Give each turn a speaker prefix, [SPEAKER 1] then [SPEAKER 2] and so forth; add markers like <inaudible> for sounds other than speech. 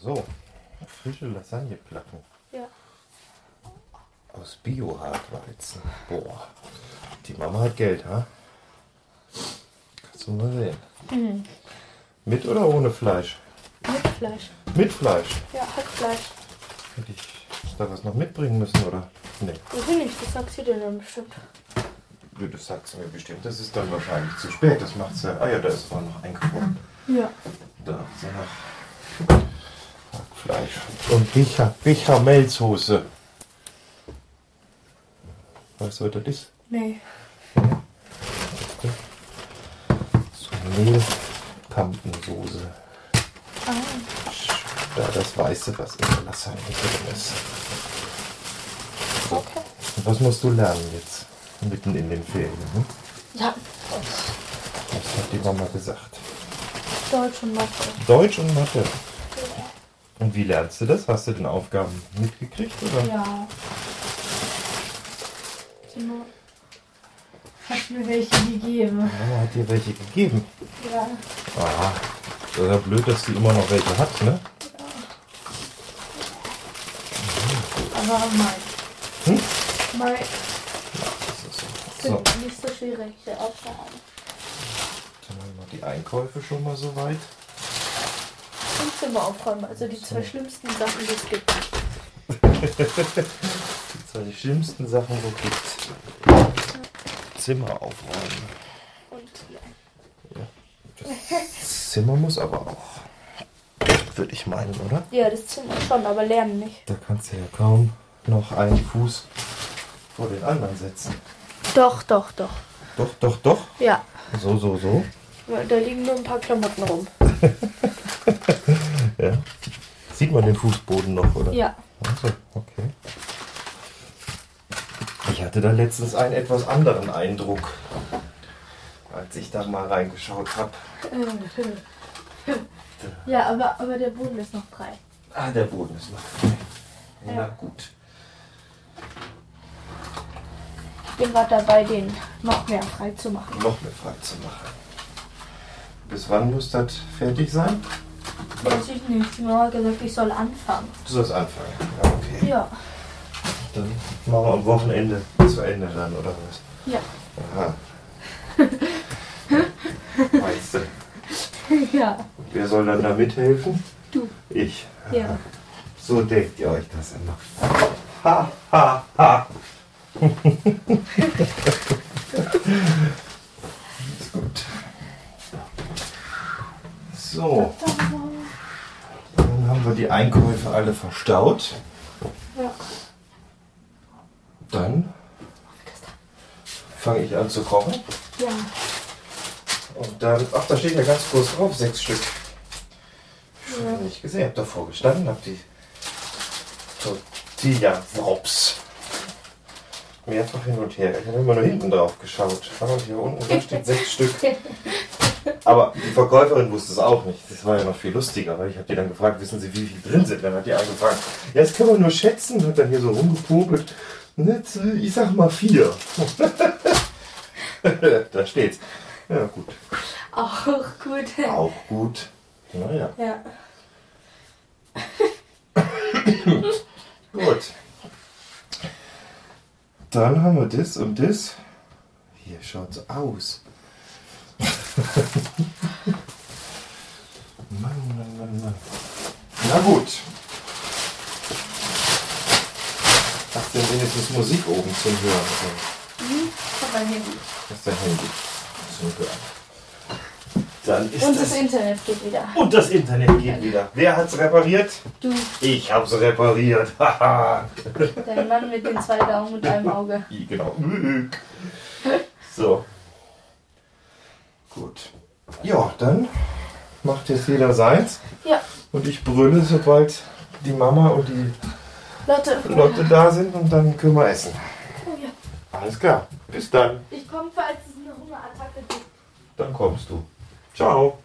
[SPEAKER 1] So, frische Lasagneplatten
[SPEAKER 2] Ja.
[SPEAKER 1] aus Bio-Hartweizen. Boah, die Mama hat Geld, ha? Kannst du mal sehen. Mit oder ohne Fleisch?
[SPEAKER 2] Mit Fleisch.
[SPEAKER 1] Mit Fleisch.
[SPEAKER 2] Ja, Hackfleisch.
[SPEAKER 1] Hätte ich da was noch mitbringen müssen, oder? Nee.
[SPEAKER 2] Wohin nicht? Das sagst du dir dann bestimmt.
[SPEAKER 1] Du, das sagst du mir bestimmt. Das ist dann wahrscheinlich zu spät. Das macht's ja. Ah ja, da ist vorhin noch eingefroren.
[SPEAKER 2] Ja.
[SPEAKER 1] Da ist ja noch Hackfleisch. Und Bicha- Bichamelsoße. Weißt du, was das ist?
[SPEAKER 2] Nee.
[SPEAKER 1] So Mehlkampensoße.
[SPEAKER 2] Ah.
[SPEAKER 1] Da das Weiße, was in der Lasagne drin ist.
[SPEAKER 2] Okay.
[SPEAKER 1] Und was musst du lernen jetzt? Mitten in den Ferien. Hm?
[SPEAKER 2] Ja.
[SPEAKER 1] Das hat die Mama gesagt.
[SPEAKER 2] Deutsch und Mathe.
[SPEAKER 1] Deutsch und Mathe. Und wie lernst du das? Hast du den Aufgaben mitgekriegt? Oder?
[SPEAKER 3] Ja. Timo hat mir welche gegeben.
[SPEAKER 1] Mama hat dir welche gegeben.
[SPEAKER 3] Ja.
[SPEAKER 1] Aha. Das ist ja blöd, dass sie immer noch welche hat, ne?
[SPEAKER 3] Aber mal.
[SPEAKER 1] Hm?
[SPEAKER 3] Mal
[SPEAKER 1] Das ist so.
[SPEAKER 2] Sind
[SPEAKER 1] so.
[SPEAKER 2] nicht so schwierig, die Aufgaben.
[SPEAKER 1] Dann haben wir die Einkäufe schon mal soweit.
[SPEAKER 2] Und Zimmer aufräumen. Also die zwei schlimmsten Sachen, die es gibt.
[SPEAKER 1] Die zwei schlimmsten Sachen, wo gibt. Zimmer aufräumen.
[SPEAKER 2] Und ja.
[SPEAKER 1] Das Zimmer muss aber auch. Würde ich meinen, oder?
[SPEAKER 2] ja, das Zimmer schon, aber lernen nicht.
[SPEAKER 1] Da kannst du ja kaum noch einen Fuß vor den anderen setzen.
[SPEAKER 2] Doch, doch, doch.
[SPEAKER 1] Doch, doch, doch.
[SPEAKER 2] Ja.
[SPEAKER 1] So, so, so.
[SPEAKER 2] Da liegen nur ein paar Klamotten rum.
[SPEAKER 1] Ja. Sieht man den Fußboden noch, oder?
[SPEAKER 2] Ja.
[SPEAKER 1] Also, okay. Ich hatte da letztens einen etwas anderen Eindruck, als ich da mal reingeschaut habe.
[SPEAKER 3] ja, aber, aber der Boden ist noch frei.
[SPEAKER 1] Ah, der Boden ist noch frei. Na gut.
[SPEAKER 2] Ich bin gerade dabei, den noch mehr frei zu machen.
[SPEAKER 1] Noch mehr frei zu machen. Bis wann muss das fertig sein?
[SPEAKER 2] Weiß ich nicht. Mir hat gesagt, ich soll anfangen.
[SPEAKER 1] Du sollst anfangen. Ja, okay.
[SPEAKER 2] Ja.
[SPEAKER 1] Dann machen wir am Wochenende zu Ende dann, oder was?
[SPEAKER 2] Ja.
[SPEAKER 1] Aha. weißt du,
[SPEAKER 3] Ja.
[SPEAKER 1] wer soll dann da mithelfen?
[SPEAKER 3] Du.
[SPEAKER 1] Ich.
[SPEAKER 3] Ja.
[SPEAKER 1] So denkt ihr euch das immer. Ha, ha, ha. <laughs> ist gut. So. Dann haben wir die Einkäufe alle verstaut.
[SPEAKER 2] Ja.
[SPEAKER 1] Dann fange ich an zu kochen.
[SPEAKER 3] Ja.
[SPEAKER 1] Und dann, ach, da steht ja ganz groß drauf, sechs Stück. Schon ja. nicht gesehen, hab davor gestanden, hab die Tortilla-Wrops mehrfach hin und her. Ich habe immer nur hinten drauf geschaut. Aber hier unten da steht sechs Stück. Aber die Verkäuferin wusste es auch nicht. Das war ja noch viel lustiger, weil ich habe die dann gefragt, wissen Sie, wie viel drin sind? Dann hat die angefangen. Ja, das kann man nur schätzen, hat dann hier so rumgepobelt. Ne, Ich sag mal vier. <laughs> da steht's. Ja, gut.
[SPEAKER 3] Auch gut.
[SPEAKER 1] Auch gut. Naja,
[SPEAKER 3] Ja.
[SPEAKER 1] gut. Dann haben wir das und das. Hier schaut so aus. <laughs> Mann, Mann, Mann, Mann. Na gut. Hast du denn wenigstens Musik oben zum Hören?
[SPEAKER 3] Von meinem Handy.
[SPEAKER 1] Das ist dein Handy zum Hören. Dann ist
[SPEAKER 2] Und
[SPEAKER 1] das
[SPEAKER 2] das Internet geht wieder.
[SPEAKER 1] und das Internet geht wieder. Wer hat's repariert?
[SPEAKER 3] Du.
[SPEAKER 1] Ich hab's repariert. <laughs> Haha.
[SPEAKER 3] Dein Mann mit den zwei Daumen und einem Auge.
[SPEAKER 1] I, genau. <laughs> So. Gut. Ja, dann macht jetzt jeder seins.
[SPEAKER 2] Ja.
[SPEAKER 1] Und ich brülle, sobald die Mama und die
[SPEAKER 2] Leute,
[SPEAKER 1] Leute da sind und dann können wir essen.
[SPEAKER 2] Oh ja.
[SPEAKER 1] Alles klar. Bis dann.
[SPEAKER 3] Ich komme, falls es eine Hungerattacke gibt.
[SPEAKER 1] Dann kommst du. Ciao.